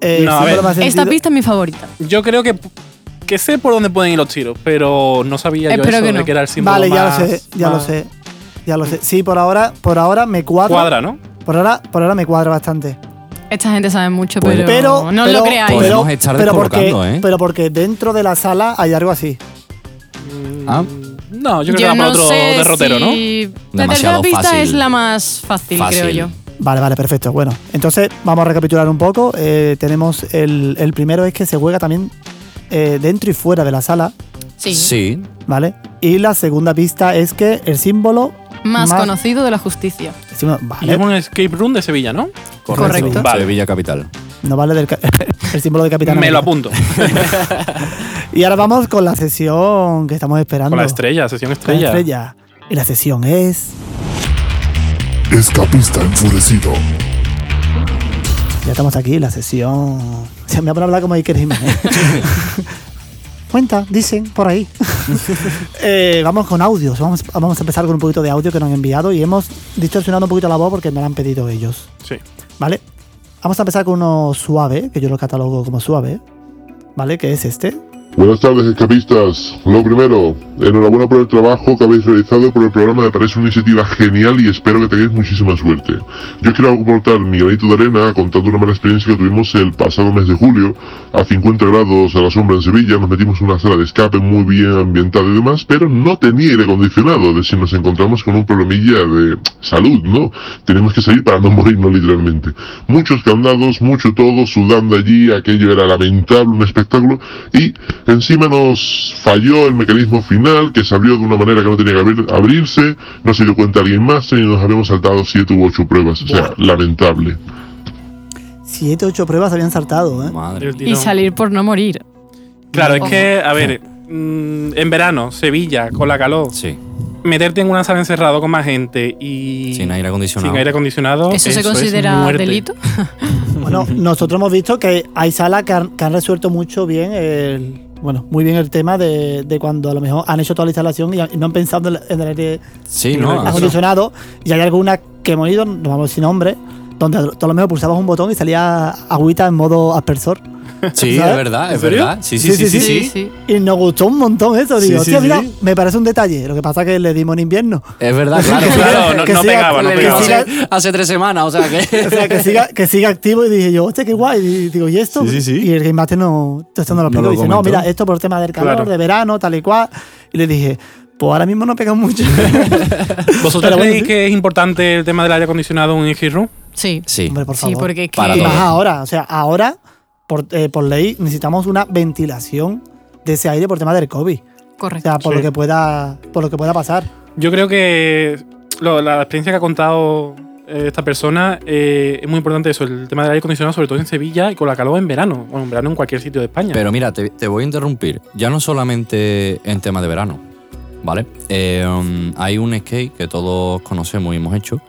Speaker 1: Eh, el
Speaker 3: No, a
Speaker 1: símbolo
Speaker 3: ver.
Speaker 1: más
Speaker 4: Esta
Speaker 1: sentido-
Speaker 4: pista es mi favorita.
Speaker 3: Yo creo que, que sé por dónde pueden ir los tiros, pero no sabía yo
Speaker 4: Espero
Speaker 3: eso
Speaker 4: Eh, que
Speaker 3: de
Speaker 4: no.
Speaker 3: que era el símbolo
Speaker 1: Vale, ya
Speaker 3: más-
Speaker 1: lo sé, ya lo
Speaker 3: más
Speaker 1: sé. Ya lo sé. Sí, por ahora, por ahora me cuadra.
Speaker 3: Cuadra, ¿no?
Speaker 1: Por ahora, por ahora me cuadra bastante.
Speaker 4: Esta gente sabe mucho,
Speaker 2: Puede-
Speaker 4: pero,
Speaker 1: Pues, Pero
Speaker 4: no os
Speaker 1: pero-
Speaker 4: lo creáis.
Speaker 2: Podemos estar
Speaker 1: pero porque,
Speaker 2: descolocando, ¿eh?
Speaker 1: pero porque dentro de la sala hay algo así.
Speaker 2: Ah,
Speaker 3: No, yo creo que era para otro derrotero, ¿no?
Speaker 4: si- La
Speaker 2: Demasiado
Speaker 4: tercera pista
Speaker 2: fácil.
Speaker 4: es la más fácil, creo
Speaker 2: Fácil.
Speaker 4: yo.
Speaker 1: Vale, vale, perfecto. Bueno, entonces vamos a recapitular un poco. Eh, tenemos el, el primero es que se juega también eh, dentro y fuera de la sala,
Speaker 4: Sí.
Speaker 2: sí.
Speaker 1: ¿vale? Y la segunda pista es que el símbolo
Speaker 4: más,
Speaker 1: Más-
Speaker 4: conocido de la justicia.
Speaker 1: Decimos,
Speaker 3: Y
Speaker 1: vale,
Speaker 3: lleva un escape room de Sevilla, ¿no?
Speaker 4: Correcto.
Speaker 2: Vale.
Speaker 3: Vale.
Speaker 2: Sevilla Capital.
Speaker 1: no vale del ca- el símbolo de Capitán
Speaker 3: Me lo
Speaker 1: América.
Speaker 3: apunto.
Speaker 1: Y ahora vamos con la sesión que estamos esperando.
Speaker 3: Con la estrella, sesión
Speaker 1: Con la
Speaker 3: estrella.
Speaker 1: estrella. Y la sesión es...
Speaker 6: Escapista enfurecido.
Speaker 1: Ya estamos aquí, la sesión... Se me ha a hablar como Iker Jiménez. Cuenta, dicen, por ahí. Eh, vamos con audios. Vamos, vamos a empezar con un poquito de audio que nos han enviado y hemos distorsionado un poquito la voz porque nos la han pedido ellos.
Speaker 3: Sí.
Speaker 1: ¿Vale? Vamos a empezar con uno suave, que yo lo catalogo como suave. ¿Vale? Que es este.
Speaker 6: Buenas tardes, escapistas. Lo primero, enhorabuena por el trabajo que habéis realizado y por el programa. Me parece una iniciativa genial y espero que tengáis muchísima suerte. Yo quiero aportar mi granito de arena contando una mala experiencia que tuvimos el pasado mes de julio, a 50 grados a la sombra en Sevilla. Nos metimos en una sala de escape muy bien ambientada y demás, pero no tenía aire acondicionado. Es decir, nos encontramos con un problemilla de salud, ¿no? Tenemos que salir para no morirnos literalmente. Muchos candados, mucho todo, sudando allí, aquello era lamentable, un espectáculo, y encima nos falló el mecanismo final, que se abrió de una manera que no tenía que abrir- abrirse, no se dio cuenta alguien más y nos habíamos saltado siete u ocho pruebas, o sea, lamentable.
Speaker 1: Siete, ocho pruebas habían saltado, ¿eh?
Speaker 2: Madre.
Speaker 3: Del
Speaker 4: Y,
Speaker 3: tirón.
Speaker 4: salir por no morir.
Speaker 3: Claro, es
Speaker 4: Ojo.
Speaker 3: que, a ver, mm, en verano, Sevilla, con la calor,
Speaker 2: Sí,
Speaker 3: meterte en una sala encerrado con más gente y.
Speaker 2: sin aire acondicionado.
Speaker 3: sin aire acondicionado,
Speaker 4: ¿Eso, se
Speaker 3: es
Speaker 4: considera
Speaker 3: muerte.
Speaker 4: delito?
Speaker 1: Bueno, nosotros hemos visto que hay salas que han, que han resuelto mucho bien el. Bueno, muy bien el tema de, de cuando a lo mejor han hecho toda la instalación y, y no han pensado en el- en el aire
Speaker 2: sí, no.
Speaker 3: Ah,
Speaker 2: además-
Speaker 1: acondicionado. Y hay algunas que hemos ido, nos vamos sin nombre, donde a lo mejor pulsabas un botón y salía agüita en modo aspersor.
Speaker 2: Sí,
Speaker 1: ¿Sabes?
Speaker 2: es verdad,
Speaker 3: ¿En
Speaker 2: es
Speaker 3: serio?
Speaker 2: verdad. Sí, sí, sí, sí. sí.
Speaker 1: Y nos gustó un montón eso.
Speaker 2: Sí,
Speaker 1: Digo,
Speaker 2: sí,
Speaker 1: "Hostia,
Speaker 2: sí.
Speaker 1: mira, me parece un detalle. Lo que pasa es que le dimos en invierno.
Speaker 2: Es verdad, claro.
Speaker 3: Claro, no,
Speaker 1: Que
Speaker 3: no
Speaker 1: siga-
Speaker 3: pegaba, no
Speaker 2: Le
Speaker 1: que
Speaker 2: vimos
Speaker 3: pegaba.
Speaker 1: siga-
Speaker 2: hace, hace tres semanas, o sea
Speaker 1: O
Speaker 2: que.
Speaker 1: sea, que siga, que siga activo y dije yo, hostia, qué guay. Y digo, ¿y esto?
Speaker 2: Sí, sí, sí.
Speaker 1: Y el Game Master no, esto no lo
Speaker 2: No
Speaker 1: explicó.
Speaker 2: lo
Speaker 1: dice, no,
Speaker 2: comentó.
Speaker 1: mira, esto por el tema del calor,
Speaker 3: Claro.
Speaker 1: de verano, tal y cual. Y le dije, pues ahora mismo no pega mucho.
Speaker 3: ¿Vosotros
Speaker 1: Pero bueno,
Speaker 3: creéis
Speaker 1: sí.
Speaker 3: que es importante el tema del aire acondicionado en un escape room?
Speaker 4: Sí.
Speaker 2: Sí.
Speaker 1: Hombre, por favor.
Speaker 4: Sí, porque es que-
Speaker 2: Para
Speaker 1: Y más
Speaker 2: todo.
Speaker 1: ahora, o sea, ahora, por, eh, por ley, necesitamos una ventilación de ese aire por tema del COVID. O
Speaker 4: Correcto.
Speaker 1: sea, por
Speaker 3: Sí.
Speaker 1: lo que pueda, por lo que pueda pasar.
Speaker 3: Yo creo que lo- la experiencia que ha contado eh, esta persona eh, es muy importante eso, el tema del aire acondicionado, sobre todo en Sevilla y con la calor en verano, bueno, en verano en cualquier sitio de España.
Speaker 2: Pero mira, te, te voy a interrumpir. Ya no solamente en tema de verano, ¿vale? Eh, um, hay un skate que todos conocemos y hemos hecho,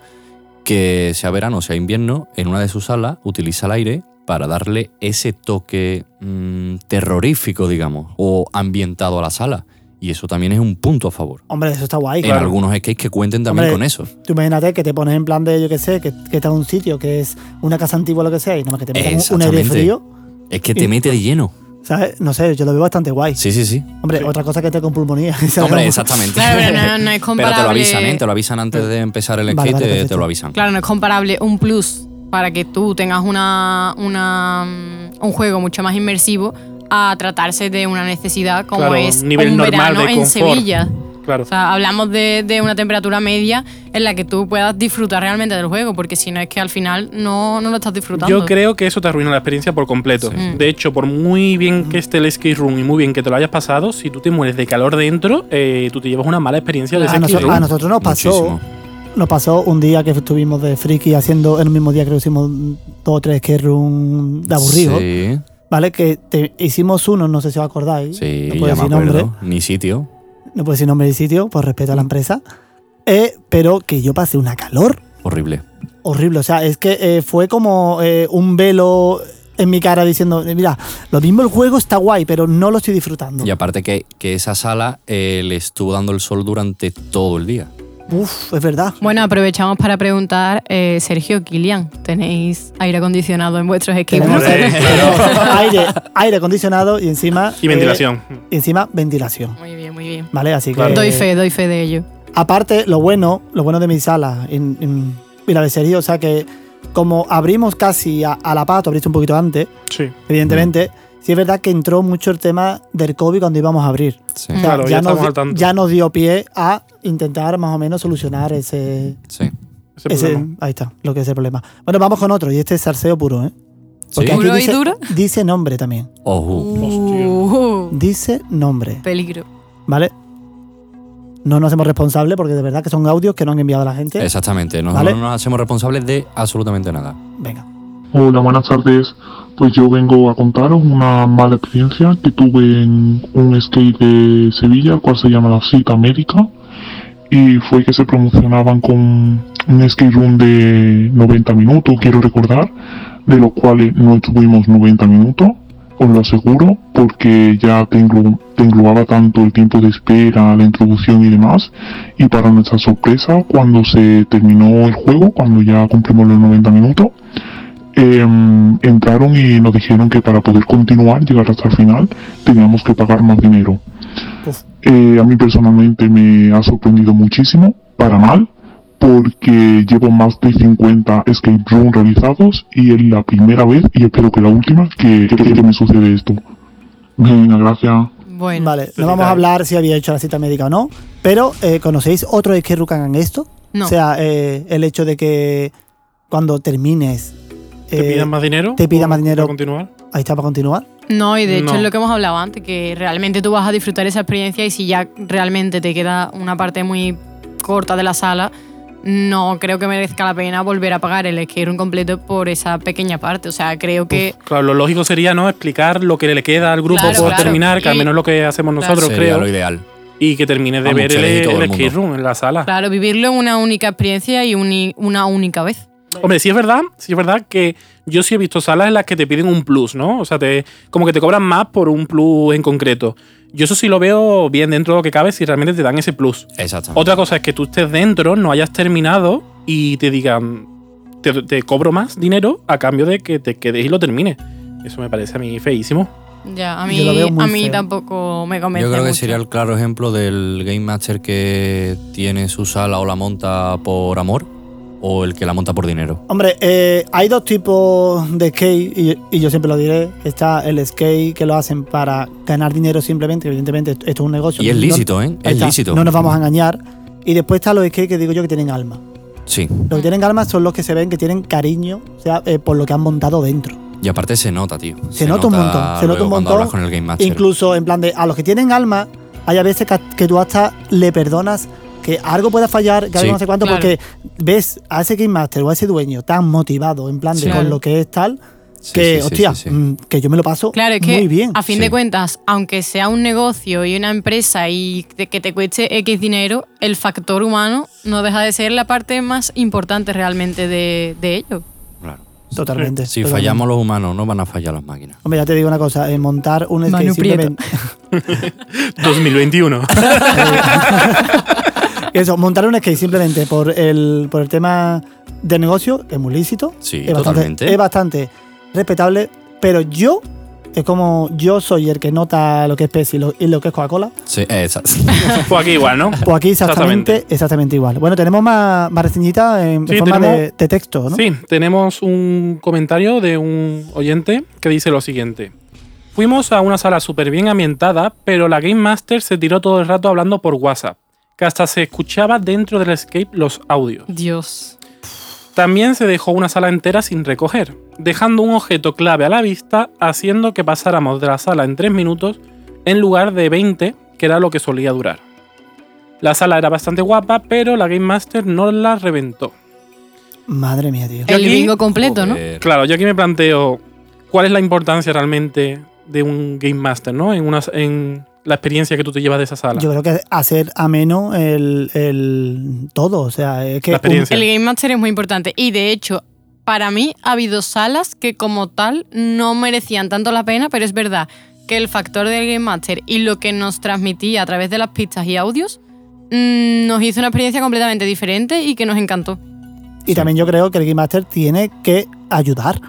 Speaker 2: que sea verano o sea invierno, en una de sus salas utiliza el aire para darle ese toque mm, terrorífico, digamos, o ambientado a la sala. Y eso también es un punto a favor.
Speaker 1: Hombre, eso está guay.
Speaker 2: en algunos skates que cuenten también
Speaker 1: Hombre,
Speaker 2: con eso.
Speaker 1: Tú imagínate que te pones en plan de, yo qué sé, que, que estás en un sitio que es una casa antigua o lo que sea, y nada más que te metan un- un aire
Speaker 2: Exactamente.
Speaker 1: frío.
Speaker 2: Es que te mete de lleno.
Speaker 1: ¿Sabes? No sé, yo lo veo bastante guay.
Speaker 2: Sí, sí, sí.
Speaker 1: Hombre, otra cosa que te con pulmonía.
Speaker 2: Hombre, exactamente.
Speaker 4: Claro, pero no, no es
Speaker 2: Pero
Speaker 4: comparable.
Speaker 2: te lo avisan, ¿eh? Te lo avisan antes de empezar el
Speaker 1: Vale,
Speaker 2: skate, eh,
Speaker 1: vale,
Speaker 2: te- te,
Speaker 1: perfecto.
Speaker 2: lo avisan.
Speaker 4: Claro, no es comparable un plus para que tú tengas una, una, mm, un juego mucho más inmersivo a tratarse de una necesidad como
Speaker 3: Claro,
Speaker 4: es
Speaker 3: un nivel
Speaker 4: un
Speaker 3: normal
Speaker 4: verano
Speaker 3: de
Speaker 4: en
Speaker 3: confort.
Speaker 4: Sevilla.
Speaker 3: claro.
Speaker 4: O sea, hablamos de, de una temperatura media en la que tú puedas disfrutar realmente del juego, porque si no es que al final no, no lo estás disfrutando.
Speaker 3: Yo creo que eso te arruina la experiencia por completo.
Speaker 2: Sí.
Speaker 4: Mm.
Speaker 3: De hecho, por muy bien que esté el skate room y muy bien que te lo hayas pasado, si tú te mueres de calor dentro, eh, tú te llevas una mala experiencia de
Speaker 1: a,
Speaker 3: ese
Speaker 1: noso-
Speaker 3: skate room.
Speaker 1: a nosotros nos pasó.
Speaker 2: Muchísimo.
Speaker 1: Nos pasó un día que estuvimos de friki haciendo, en el mismo día creo que hicimos dos o tres que room de aburrido.
Speaker 2: Sí,
Speaker 1: ¿Vale? Que te- hicimos uno, no sé si os acordáis.
Speaker 2: sí,
Speaker 1: no puedo
Speaker 2: ya me
Speaker 1: decir
Speaker 2: acuerdo. Mm.
Speaker 1: nombre.
Speaker 2: Ni sitio.
Speaker 1: No puedo decir nombre y sitio, por respeto a la empresa. Eh, pero que yo pasé una calor
Speaker 2: Horrible.
Speaker 1: horrible. O sea, es que eh, fue como eh, un velo en mi cara diciendo, mira, lo mismo el juego está guay, pero no lo estoy disfrutando.
Speaker 2: Y aparte que, que esa sala eh, le estuvo dando el sol durante todo el día.
Speaker 1: Uf, es verdad.
Speaker 4: Bueno, aprovechamos para preguntar, eh, Sergio Kilian, ¿tenéis aire acondicionado en vuestros equipos?
Speaker 1: Tenemos
Speaker 3: Hombre,
Speaker 1: aire, aire acondicionado y encima...
Speaker 3: Y
Speaker 1: eh,
Speaker 3: ventilación.
Speaker 1: y encima ventilación.
Speaker 4: Muy bien, muy bien.
Speaker 1: ¿Vale? Así
Speaker 3: Claro.
Speaker 1: que...
Speaker 4: Doy fe, doy fe de ello.
Speaker 1: Aparte, lo bueno, lo bueno de mi sala en, en- y la de Sergio, o sea que como abrimos casi a, a la paz, tú abriste un poquito antes,
Speaker 3: Sí.
Speaker 1: evidentemente, sí es verdad que entró mucho el tema del COVID cuando íbamos a abrir.
Speaker 2: Sí,
Speaker 1: O sea,
Speaker 3: Claro, ya
Speaker 1: nos,
Speaker 3: estamos al tanto.
Speaker 1: ya nos dio pie a intentar más o menos solucionar ese,
Speaker 2: sí.
Speaker 3: Ese
Speaker 1: ese-
Speaker 3: problema.
Speaker 1: ahí está, lo que es el problema. Bueno, vamos con otro, y este es zarceo puro, ¿eh?
Speaker 2: sí.
Speaker 4: aquí- ¿Puro y
Speaker 1: dice,
Speaker 4: duro?
Speaker 1: dice nombre también.
Speaker 2: Ojo.
Speaker 4: Uh,
Speaker 1: Dice nombre,
Speaker 4: peligro.
Speaker 1: ¿vale? No nos hacemos responsables porque de verdad que son audios que no han enviado a la gente.
Speaker 2: Exactamente, no,
Speaker 1: ¿Vale?
Speaker 2: no nos hacemos responsables de absolutamente nada.
Speaker 1: Venga.
Speaker 7: Hola, buenas tardes. Pues yo vengo a contaros una mala experiencia que tuve en un skate de Sevilla, el cual se llama la Cita América, y fue que se promocionaban con un skate room de 90 minutos, quiero recordar, de los cuales no estuvimos 90 minutos, os lo aseguro, porque ya te, englo- te englobaba tanto el tiempo de espera, la introducción y demás, y para nuestra sorpresa, cuando se terminó el juego, cuando ya cumplimos los 90 minutos, em, entraron y nos dijeron que para poder continuar, llegar hasta el final, teníamos que pagar más dinero.
Speaker 1: Uf.
Speaker 7: Eh, a mí personalmente me ha sorprendido muchísimo, para mal, porque llevo más de 50 escape room realizados y es la primera vez, y espero que la última, que, que- que me sucede esto. Venga, gracias.
Speaker 4: Bueno, pues
Speaker 1: Vale, no vamos a hablar si había hecho la cita médica o no, pero eh, ¿conocéis otros que hagan esto?
Speaker 4: No.
Speaker 1: O sea, eh, el hecho de que cuando termines
Speaker 3: ¿Te
Speaker 1: eh,
Speaker 3: pidan más dinero?
Speaker 1: te pidan más
Speaker 3: por-
Speaker 1: dinero.
Speaker 3: por continuar?
Speaker 1: ahí está para continuar.
Speaker 4: no, y de hecho
Speaker 3: No.
Speaker 4: es lo que hemos hablado antes, que realmente tú vas a disfrutar esa experiencia y si ya realmente te queda una parte muy corta de la sala, no creo que merezca la pena volver a pagar el skate room completo por esa pequeña parte. O sea, creo que...
Speaker 3: Claro, lo lógico sería no explicar lo que le queda al grupo
Speaker 4: Claro,
Speaker 3: por
Speaker 4: claro.
Speaker 3: terminar, que al
Speaker 4: Y-
Speaker 3: menos lo que hacemos
Speaker 4: Claro.
Speaker 3: nosotros,
Speaker 2: Sería
Speaker 3: creo.
Speaker 2: lo ideal.
Speaker 3: Y que termine de
Speaker 2: Vamos,
Speaker 3: ver
Speaker 2: que
Speaker 3: el,
Speaker 2: le dé todo
Speaker 3: el,
Speaker 2: el
Speaker 3: skate
Speaker 2: mundo.
Speaker 3: room en la sala.
Speaker 4: Claro, vivirlo en una única experiencia y uni- una única vez.
Speaker 3: Hombre, sí es verdad, sí es verdad que yo sí he visto salas en las que te piden un plus, ¿no? O sea, te, como que te cobran más por un plus en concreto. Yo eso sí lo veo bien dentro de lo que cabe si realmente te dan ese plus.
Speaker 2: Exactamente.
Speaker 3: Otra cosa es que tú estés dentro, no hayas terminado y te digan, te, te cobro más dinero a cambio de que te quedes y lo termines. Eso me parece a mí feísimo.
Speaker 4: Ya, a
Speaker 1: Yo
Speaker 4: mí,
Speaker 1: lo veo muy
Speaker 4: a mí
Speaker 1: feo.
Speaker 4: tampoco me convence.
Speaker 2: Yo creo que
Speaker 4: mucho.
Speaker 2: sería el claro ejemplo del Game Master que tiene su sala o la monta por amor o el que la monta por dinero.
Speaker 1: Hombre, eh, hay dos tipos de skate y, y yo siempre lo diré. Está el skate que lo hacen para ganar dinero simplemente, evidentemente esto es un negocio.
Speaker 2: Y es
Speaker 1: No-
Speaker 2: lícito, ¿eh?
Speaker 1: ahí
Speaker 2: Es
Speaker 1: está,
Speaker 2: lícito.
Speaker 1: No nos vamos a engañar. Y después están los skate que digo yo que tienen alma.
Speaker 2: Sí.
Speaker 1: Los que tienen alma son los que se ven que tienen cariño, o sea, eh, por lo que han montado dentro.
Speaker 2: Y aparte se nota, tío.
Speaker 1: Se, nota, un montón. Se nota
Speaker 2: luego
Speaker 1: un
Speaker 2: cuando
Speaker 1: montón.
Speaker 2: hablas con el Game Master.
Speaker 1: Incluso en plan de a los que tienen alma, hay a veces que, que tú hasta le perdonas que algo pueda fallar, que algo
Speaker 2: Sí.
Speaker 1: no sé cuánto,
Speaker 4: Claro.
Speaker 1: porque ves a ese Game Master o a ese dueño tan motivado, en plan
Speaker 2: Sí.
Speaker 1: de con
Speaker 4: Claro.
Speaker 1: lo que es tal,
Speaker 2: Sí,
Speaker 1: que,
Speaker 2: sí, sí,
Speaker 1: hostia,
Speaker 2: sí, sí.
Speaker 1: mm, que yo me lo paso
Speaker 4: Claro, es que
Speaker 1: muy bien.
Speaker 4: a fin
Speaker 2: Sí.
Speaker 4: de cuentas, aunque sea un negocio y una empresa y te- que te cueste X dinero, el factor humano no deja de ser la parte más importante realmente de, de ello.
Speaker 2: Claro.
Speaker 1: Totalmente.
Speaker 2: Si
Speaker 1: totalmente.
Speaker 2: fallamos los humanos, no van a fallar las máquinas.
Speaker 1: Hombre, ya te digo una cosa, eh, montar un skate
Speaker 4: Manu Prieto.
Speaker 1: simplemente-
Speaker 3: 2021.
Speaker 1: Eso, montar un skate simplemente por el, por el tema de negocio es muy lícito.
Speaker 2: Sí,
Speaker 1: es Bastante,
Speaker 2: totalmente.
Speaker 1: es bastante respetable, pero yo, es como yo soy el que nota lo que es Pepsi y lo, y lo que es Coca-Cola,
Speaker 2: Sí, esa.
Speaker 3: Pues aquí igual, ¿no?
Speaker 1: pues aquí exactamente, exactamente. igual. Bueno, tenemos más, más reseñitas en, en
Speaker 3: Sí,
Speaker 1: forma
Speaker 3: tenemos-
Speaker 1: de, de texto, ¿no?
Speaker 3: Sí, tenemos un comentario de un oyente que dice lo siguiente. Fuimos a una sala súper bien ambientada, pero la Game Master se tiró todo el rato hablando por WhatsApp, que hasta se escuchaba dentro del escape los audios.
Speaker 4: Dios.
Speaker 3: También se dejó una sala entera sin recoger, dejando un objeto clave a la vista, haciendo que pasáramos de la sala en 3 minutos en lugar de 20, que era lo que solía durar. La sala era bastante guapa, pero la Game Master no la reventó.
Speaker 1: Madre mía, tío.
Speaker 3: Yo
Speaker 4: El
Speaker 3: aquí-
Speaker 4: bingo completo,
Speaker 2: Joder.
Speaker 3: Claro, yo aquí me planteo cuál es la importancia realmente de un Game Master, ¿no? En, una, en la experiencia que tú te llevas de esa sala.
Speaker 1: Yo creo que hacer ameno el, el todo, o sea, es que...
Speaker 3: La experiencia.
Speaker 4: ¿no? El Game Master es muy importante. Y de hecho, para mí ha habido salas que como tal no merecían tanto la pena, pero es verdad que el factor del Game Master y lo que nos transmitía a través de las pistas y audios mm, nos hizo una experiencia completamente diferente y que nos encantó.
Speaker 1: un- y también yo creo que el Game Master tiene que ayudar.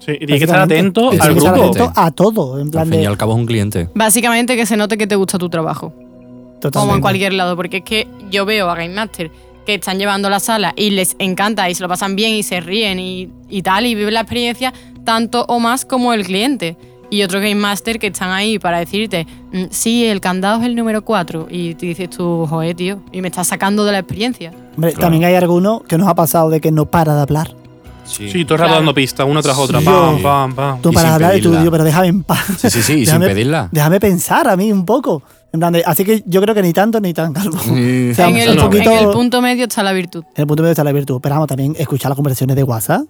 Speaker 3: Sí, y tienes que estar
Speaker 1: básicamente.
Speaker 3: atento
Speaker 2: Tienes
Speaker 3: al
Speaker 1: Tiene que estar
Speaker 3: grupo.
Speaker 1: atento
Speaker 2: atento.
Speaker 1: a todo, en
Speaker 2: Al
Speaker 1: plan
Speaker 2: fin y
Speaker 1: de...
Speaker 2: al cabo es un cliente.
Speaker 4: Básicamente que se note que te gusta tu trabajo, como en
Speaker 1: Totalmente.
Speaker 4: cualquier lado, porque es que yo veo a Game Master que están llevando la sala y les encanta y se lo pasan bien y se ríen y, y tal y viven la experiencia tanto o más como el cliente. Y otro Game Master que están ahí para decirte, "Mm, sí, el candado es el número 4 y te dices tú, joder, tío, y me estás sacando de la experiencia.
Speaker 1: Hombre,
Speaker 2: Claro.
Speaker 1: También hay algunos que nos ha pasado de que no para de hablar.
Speaker 3: Sí, todo el rato
Speaker 4: Claro.
Speaker 3: dando pistas, una tras otra.
Speaker 2: Sí.
Speaker 3: Pam, pam, pam.
Speaker 1: Tú
Speaker 2: Y
Speaker 1: para
Speaker 2: sin
Speaker 1: hablar y tú,
Speaker 2: pedirla.
Speaker 1: digo, pero déjame en paz.
Speaker 2: Sí, sí, sí, y sin
Speaker 1: Déjame-
Speaker 2: pedirla.
Speaker 1: Déjame pensar a mí un poco. En plan de- así que yo creo que ni tanto ni tan calvo.
Speaker 2: Sí.
Speaker 1: O sea,
Speaker 4: en,
Speaker 1: un
Speaker 4: el,
Speaker 1: poquito-
Speaker 4: en el punto medio está la virtud.
Speaker 1: en el punto medio está la virtud. Pero vamos, también escuchar las conversaciones de WhatsApp.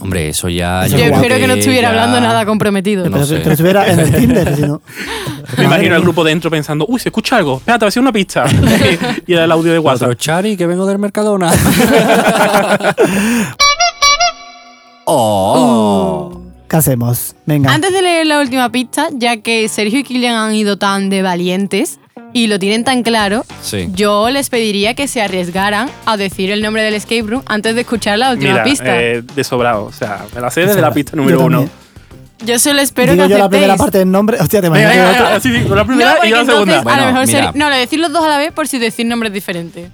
Speaker 2: Hombre, eso ya.
Speaker 1: Eso
Speaker 4: Yo
Speaker 1: es guapo.
Speaker 4: espero que no
Speaker 2: ya-
Speaker 4: estuviera hablando nada comprometido.
Speaker 2: No
Speaker 1: pero
Speaker 2: sé.
Speaker 1: que, que lo estuviera en el Tinder. si no.
Speaker 3: Me imagino el grupo dentro pensando, uy, se escucha algo, espérate, va a ser una pista. y era el audio de
Speaker 2: Cuatro
Speaker 3: WhatsApp.
Speaker 2: Chari, que vengo del Mercadona.
Speaker 4: Uh.
Speaker 2: oh.
Speaker 1: ¿Qué hacemos? Venga.
Speaker 4: Antes de leer la última pista, ya que Sergio y Kilian han ido tan de valientes y lo tienen tan claro,
Speaker 2: Sí.
Speaker 4: yo les pediría que se arriesgaran a decir el nombre del escape room antes de escuchar la última
Speaker 3: Mira,
Speaker 4: pista.
Speaker 3: eh, de sobrado. O sea, me la sé desde
Speaker 1: Sobrado.
Speaker 3: la pista
Speaker 1: Yo
Speaker 3: número uno.
Speaker 1: también.
Speaker 4: yo solo espero
Speaker 1: Digo
Speaker 4: que
Speaker 1: yo la
Speaker 4: aceptéis.
Speaker 1: primera parte del nombre. Hostia, te
Speaker 3: Venga,
Speaker 1: imaginas que
Speaker 3: venga,
Speaker 1: otro-
Speaker 3: venga, sí, sí, la
Speaker 4: No,
Speaker 3: primera
Speaker 4: porque
Speaker 3: y yo la
Speaker 4: entonces,
Speaker 3: segunda.
Speaker 4: a
Speaker 2: Bueno,
Speaker 4: lo mejor
Speaker 2: mira.
Speaker 4: Sergio- No, lo decir los dos a la vez por si decir nombres diferentes.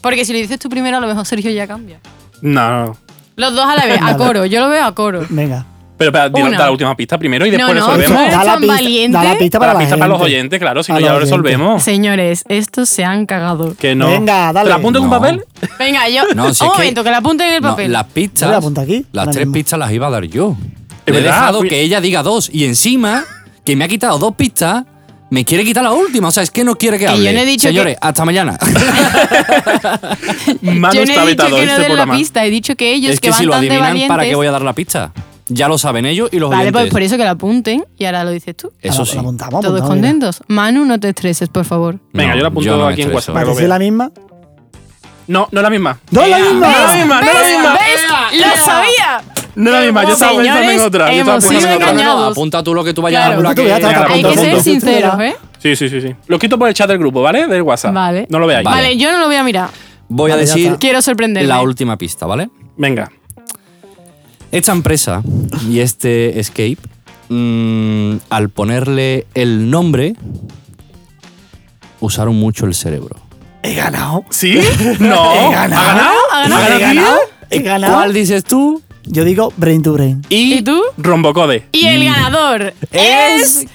Speaker 4: Porque si lo dices tú primero, a lo mejor Sergio ya cambia.
Speaker 3: No, no, no.
Speaker 4: Los dos a la vez, a
Speaker 1: Vale.
Speaker 4: coro. Yo lo veo a coro.
Speaker 1: Venga.
Speaker 3: Pero espera, di-
Speaker 4: Una.
Speaker 3: da la última pista primero y
Speaker 4: No,
Speaker 3: después
Speaker 4: no,
Speaker 3: resolvemos.
Speaker 4: no. eres
Speaker 1: Da la,
Speaker 4: tan
Speaker 1: pista,
Speaker 4: valiente.
Speaker 1: da la pista para
Speaker 3: la, pista para los
Speaker 1: gente.
Speaker 3: oyentes, claro, si
Speaker 1: A
Speaker 3: no
Speaker 1: los
Speaker 3: ya lo
Speaker 1: oyentes.
Speaker 3: resolvemos.
Speaker 4: Señores, estos se han cagado.
Speaker 3: Que no.
Speaker 1: Venga, dale.
Speaker 3: ¿Te la apunto en
Speaker 2: No.
Speaker 3: un papel?
Speaker 4: Venga, yo.
Speaker 2: No, si
Speaker 4: un
Speaker 2: es que-
Speaker 4: momento, que la apunten en el
Speaker 2: No,
Speaker 4: papel.
Speaker 2: las pistas.
Speaker 1: Yo la apunto aquí,
Speaker 2: Las
Speaker 1: ahora
Speaker 2: tres
Speaker 1: mismo.
Speaker 2: pistas las iba a dar yo.
Speaker 3: Es
Speaker 2: Le he
Speaker 3: verdad,
Speaker 2: dejado
Speaker 3: fui-
Speaker 2: que ella diga dos. Y encima, que me ha quitado dos pistas, me quiere quitar la última. O sea, es que no quiere que
Speaker 4: Que
Speaker 2: hable.
Speaker 4: yo no he dicho
Speaker 2: Señores, hasta mañana.
Speaker 3: Manu
Speaker 4: yo no
Speaker 3: está
Speaker 4: he dicho
Speaker 3: vetado
Speaker 4: que
Speaker 3: de
Speaker 4: no
Speaker 3: este
Speaker 4: den la
Speaker 3: programa.
Speaker 4: pista, he dicho que ellos
Speaker 2: es
Speaker 4: que,
Speaker 2: que
Speaker 4: van
Speaker 2: si lo
Speaker 4: tan de
Speaker 2: adivinan,
Speaker 4: valientes.
Speaker 2: ¿para qué voy a dar la pista? Ya lo saben ellos y los
Speaker 4: vale,
Speaker 2: oyentes.
Speaker 4: pues por eso que la apunten y ahora lo dices tú.
Speaker 1: Ahora
Speaker 2: Eso sí.
Speaker 1: La apuntamos,
Speaker 4: Todos
Speaker 1: apuntamos, mira.
Speaker 4: contentos. Manu, no te estreses, por favor.
Speaker 3: Venga, yo la apunto
Speaker 2: me
Speaker 3: aquí en
Speaker 2: estreso.
Speaker 3: WhatsApp.
Speaker 1: Vale, si es la misma.
Speaker 3: No, no es la misma.
Speaker 1: ¡No, la misma!
Speaker 3: No es la misma, no es la misma.
Speaker 4: ¿Ves? ¡Lo sabía!
Speaker 3: No es la misma, yo estaba pensando en
Speaker 4: Señores,
Speaker 3: otra. Yo estaba
Speaker 4: hemos
Speaker 3: pensando en
Speaker 4: sido
Speaker 2: No, no,
Speaker 3: otra.
Speaker 2: no,
Speaker 4: engañados.
Speaker 2: apunta tú Pues lo que tú vayas
Speaker 4: Claro.
Speaker 2: a hablar.
Speaker 1: Tú ya te
Speaker 2: que-
Speaker 1: vas a
Speaker 2: Venga,
Speaker 3: apuntar.
Speaker 4: Hay
Speaker 2: apunta,
Speaker 4: que
Speaker 3: punto,
Speaker 4: ser
Speaker 3: punto.
Speaker 4: sinceros, ¿eh?
Speaker 3: Sí, sí, sí, sí. Lo quito por el chat del grupo, ¿vale? Del WhatsApp.
Speaker 4: Vale.
Speaker 3: No lo veáis.
Speaker 2: Vale.
Speaker 4: Vale, yo no lo voy a mirar.
Speaker 2: Voy a
Speaker 1: Vale, ya
Speaker 2: decir
Speaker 1: está.
Speaker 4: Quiero sorprenderme.
Speaker 2: la última pista, ¿vale?
Speaker 3: Venga.
Speaker 2: Esta empresa y este escape, mm, al ponerle el nombre, usaron mucho el cerebro.
Speaker 1: He ganado.
Speaker 3: ¿Sí? No.
Speaker 1: He
Speaker 3: ¿Ha
Speaker 1: ganado.
Speaker 3: ganado?
Speaker 4: ¿Ha
Speaker 3: ¿Ha
Speaker 1: He ganado.
Speaker 3: ganado?
Speaker 1: He ganado.
Speaker 2: ¿Cuál dices tú?
Speaker 1: Yo digo brain to brain.
Speaker 2: Y,
Speaker 4: ¿Y tú?
Speaker 3: Rombocode.
Speaker 4: Y el
Speaker 2: Mm.
Speaker 4: ganador es.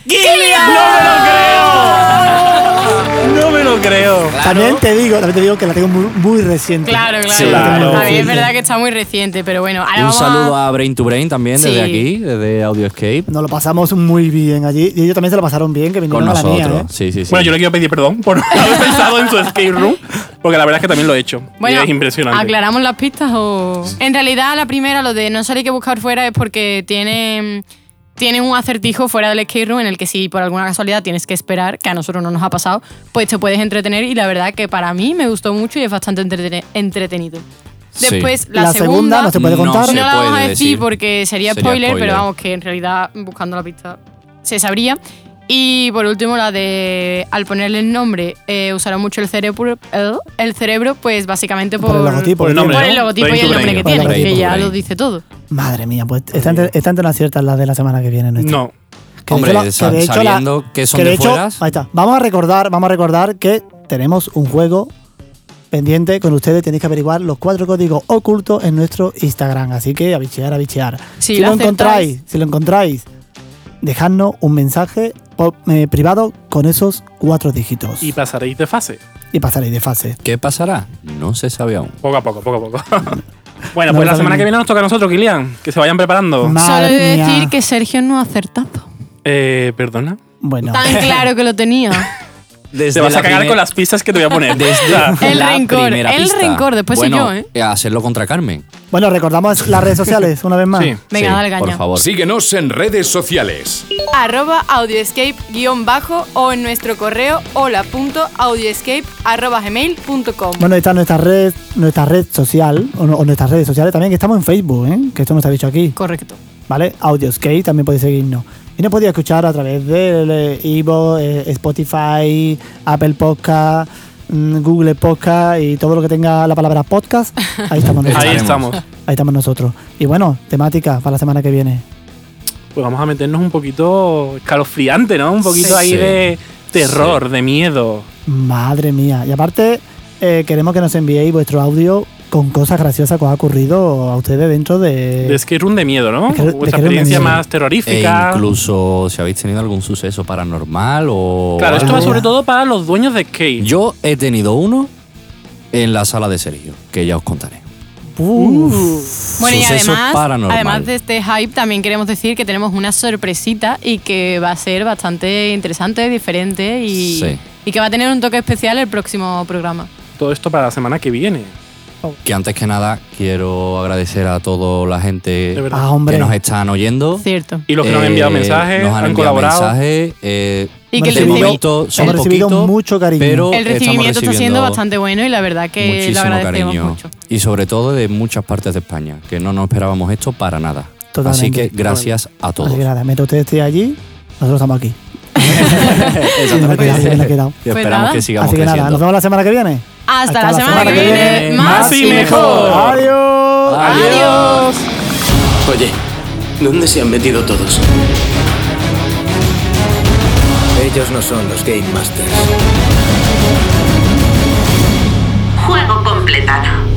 Speaker 3: No me lo creo.
Speaker 1: También te digo, también te digo que la tengo muy, muy reciente.
Speaker 4: Claro, claro.
Speaker 2: Sí,
Speaker 3: claro.
Speaker 4: A ver, es verdad que está muy reciente, pero bueno. Ahora
Speaker 2: un
Speaker 4: vamos
Speaker 2: saludo a Brain to Brain también
Speaker 4: Ah, Sí.
Speaker 2: desde aquí, desde Audioscape,
Speaker 1: Nos lo pasamos muy bien allí. Y ellos también se lo pasaron bien, que
Speaker 2: con
Speaker 1: vinieron a la
Speaker 2: nosotros.
Speaker 1: mía. ¿eh?
Speaker 2: Sí, sí, sí.
Speaker 3: Bueno, yo le quiero pedir perdón por no haber pensado en su escape room, porque la verdad es que también lo he hecho.
Speaker 4: Bueno,
Speaker 3: y es impresionante.
Speaker 4: ¿Aclaramos las pistas o.? En realidad, la primera, lo de no salir que buscar fuera, es porque tiene. Tienen un acertijo fuera del escape room en el que si por alguna casualidad tienes que esperar, que a nosotros no nos ha pasado, pues te puedes entretener y la verdad que para mí me gustó mucho y es bastante entretene- entretenido.
Speaker 2: Sí.
Speaker 4: Después, la,
Speaker 1: La, segunda, no se puede
Speaker 2: No
Speaker 1: contar.
Speaker 2: se
Speaker 4: no la vamos a
Speaker 2: puede
Speaker 4: decir,
Speaker 2: decir.
Speaker 4: porque
Speaker 2: Sería
Speaker 4: sería, spoiler,
Speaker 2: spoiler.
Speaker 4: pero vamos, que en realidad buscando la pista se sabría. Y por último, la de al ponerle el nombre, eh, usaron mucho el cerebro, el, el cerebro, pues básicamente por,
Speaker 1: Por el logotipo.
Speaker 3: por el
Speaker 1: que
Speaker 3: nombre,
Speaker 4: por
Speaker 1: tiene,
Speaker 4: el
Speaker 3: ¿no?
Speaker 4: logotipo y el nombre que
Speaker 2: Por
Speaker 1: el
Speaker 4: tiene,
Speaker 1: logotipo.
Speaker 4: que ya lo dice todo.
Speaker 1: ¿no? Madre mía, pues esta entre, esta entre no aciertas las de la semana que viene. nuestra.
Speaker 3: No.
Speaker 1: Que de
Speaker 2: Hombre,
Speaker 1: hecho la-
Speaker 2: sa-
Speaker 1: de hecho la-
Speaker 2: sabiendo que son
Speaker 1: de
Speaker 2: de,
Speaker 1: hecho,
Speaker 2: fueras.
Speaker 1: ahí está. Vamos a recordar, vamos a recordar que tenemos un juego pendiente con ustedes. Tenéis que averiguar los cuatro códigos ocultos en nuestro Instagram. Así que a bichear, a bichear.
Speaker 4: Si
Speaker 1: lo
Speaker 4: lo
Speaker 1: encontráis,
Speaker 4: aceptáis.
Speaker 1: si lo encontráis, dejadnos un mensaje o- eh, privado con esos cuatro dígitos.
Speaker 3: Y
Speaker 1: Y,
Speaker 3: pasaréis de fase.
Speaker 1: pasaréis de fase.
Speaker 2: ¿Qué pasará? No se sabe aún.
Speaker 3: Poco a poco, poco a poco. bueno,
Speaker 1: No lo
Speaker 3: pues la semana
Speaker 1: sabemos.
Speaker 3: que viene nos toca a nosotros, Kilian. Que se vayan preparando.
Speaker 1: Ma- Madre
Speaker 4: Solo he de
Speaker 1: mía.
Speaker 4: decir que Sergio no ha acertado.
Speaker 3: Eh, perdona.
Speaker 1: Bueno,
Speaker 4: Tan claro que lo tenía.
Speaker 2: Desde
Speaker 3: Te vas
Speaker 2: la
Speaker 3: a cagar
Speaker 2: primer-
Speaker 3: con las pistas que te voy a poner.
Speaker 2: desde
Speaker 4: El
Speaker 2: la
Speaker 4: rencor,
Speaker 2: primera
Speaker 4: el
Speaker 2: pista.
Speaker 4: rencor, después soy
Speaker 2: bueno, eh,
Speaker 4: yo,
Speaker 2: Hacerlo contra Carmen.
Speaker 1: bueno, recordamos las redes sociales una vez más.
Speaker 3: Sí.
Speaker 4: Venga,
Speaker 2: Sí,
Speaker 4: dale caña.
Speaker 2: Por favor.
Speaker 5: Síguenos en redes sociales.
Speaker 4: arroba audioescape-bajo o en nuestro correo hola.audioescape.gmail.com
Speaker 1: Bueno, está nuestra red, nuestra red social, o, no- o nuestras redes sociales también, que estamos en Facebook, ¿eh? que esto no está dicho aquí.
Speaker 4: Correcto.
Speaker 1: ¿vale? Audioskate también podéis seguirnos. Y nos podéis escuchar a través de Ivo, eh, Spotify, Apple Podcast, mm, Google Podcast y todo lo que tenga la palabra podcast. Ahí estamos
Speaker 3: Ahí
Speaker 1: nosotros.
Speaker 3: estamos.
Speaker 1: Ahí estamos nosotros. Y bueno, temática para la semana que viene.
Speaker 3: Pues vamos a meternos un poquito escalofriante, ¿no? Un poquito
Speaker 2: Sí.
Speaker 3: ahí de terror, de miedo.
Speaker 1: Madre mía. Y aparte, eh, queremos que nos enviéis vuestro audio con cosas graciosas que os ha ocurrido a ustedes dentro de...
Speaker 3: De escape room de miedo, ¿no?
Speaker 1: De escape- de
Speaker 3: Vuestra
Speaker 1: escape room de
Speaker 3: experiencia
Speaker 1: miedo.
Speaker 3: más
Speaker 2: E
Speaker 3: terrorífica.
Speaker 2: incluso si habéis tenido algún suceso paranormal o.
Speaker 3: Claro, esto
Speaker 2: algo.
Speaker 3: va sobre todo para los dueños de skate.
Speaker 2: Yo he tenido uno en la sala de Sergio, que ya os contaré.
Speaker 1: Uf.
Speaker 4: Bueno, y
Speaker 2: Suceso
Speaker 4: además,
Speaker 2: paranormal.
Speaker 4: además de este hype, también queremos decir que tenemos una sorpresita y que va a ser bastante interesante, diferente y,
Speaker 2: Sí.
Speaker 4: y que va a tener un toque especial el próximo programa.
Speaker 3: Todo esto para la semana que viene.
Speaker 2: Que antes que nada quiero agradecer a toda la
Speaker 3: De
Speaker 2: gente
Speaker 3: verdad.
Speaker 1: Ah, hombre.
Speaker 2: que nos están oyendo.
Speaker 4: Cierto.
Speaker 3: Y los que nos han
Speaker 2: Eh,
Speaker 3: enviado mensajes,
Speaker 2: nos
Speaker 3: han,
Speaker 2: han, enviado
Speaker 3: colaborado.
Speaker 2: mensajes. eh,
Speaker 4: Y que
Speaker 2: de
Speaker 4: el recibi-
Speaker 2: momento son
Speaker 1: hemos recibido
Speaker 2: poquitos,
Speaker 1: mucho cariño.
Speaker 2: Pero
Speaker 4: El
Speaker 2: estamos
Speaker 4: recibimiento está siendo
Speaker 2: recibiendo
Speaker 4: bastante bueno y la verdad que lo
Speaker 2: muchísimo
Speaker 4: agradecemos
Speaker 2: cariño.
Speaker 4: mucho.
Speaker 2: Y sobre todo de muchas partes de España, que no nos esperábamos esto para nada.
Speaker 1: Totalmente.
Speaker 2: Así que gracias a todos.
Speaker 1: Así que nada, mientras ustedes estén allí, nosotros estamos aquí. Bien
Speaker 2: Exactamente.
Speaker 1: quedado, bien quedado.
Speaker 2: Y
Speaker 4: Pues
Speaker 2: esperamos
Speaker 4: nada.
Speaker 2: que sigamos
Speaker 1: Así que nada, nos
Speaker 2: creciendo.
Speaker 1: vemos la semana que viene.
Speaker 4: Hasta, la, semana, que viene, más y mejor.
Speaker 1: Adiós.
Speaker 4: Adiós.
Speaker 8: Oye, ¿dónde se han metido todos? Ellos no son los Game Masters.
Speaker 9: Juego completado.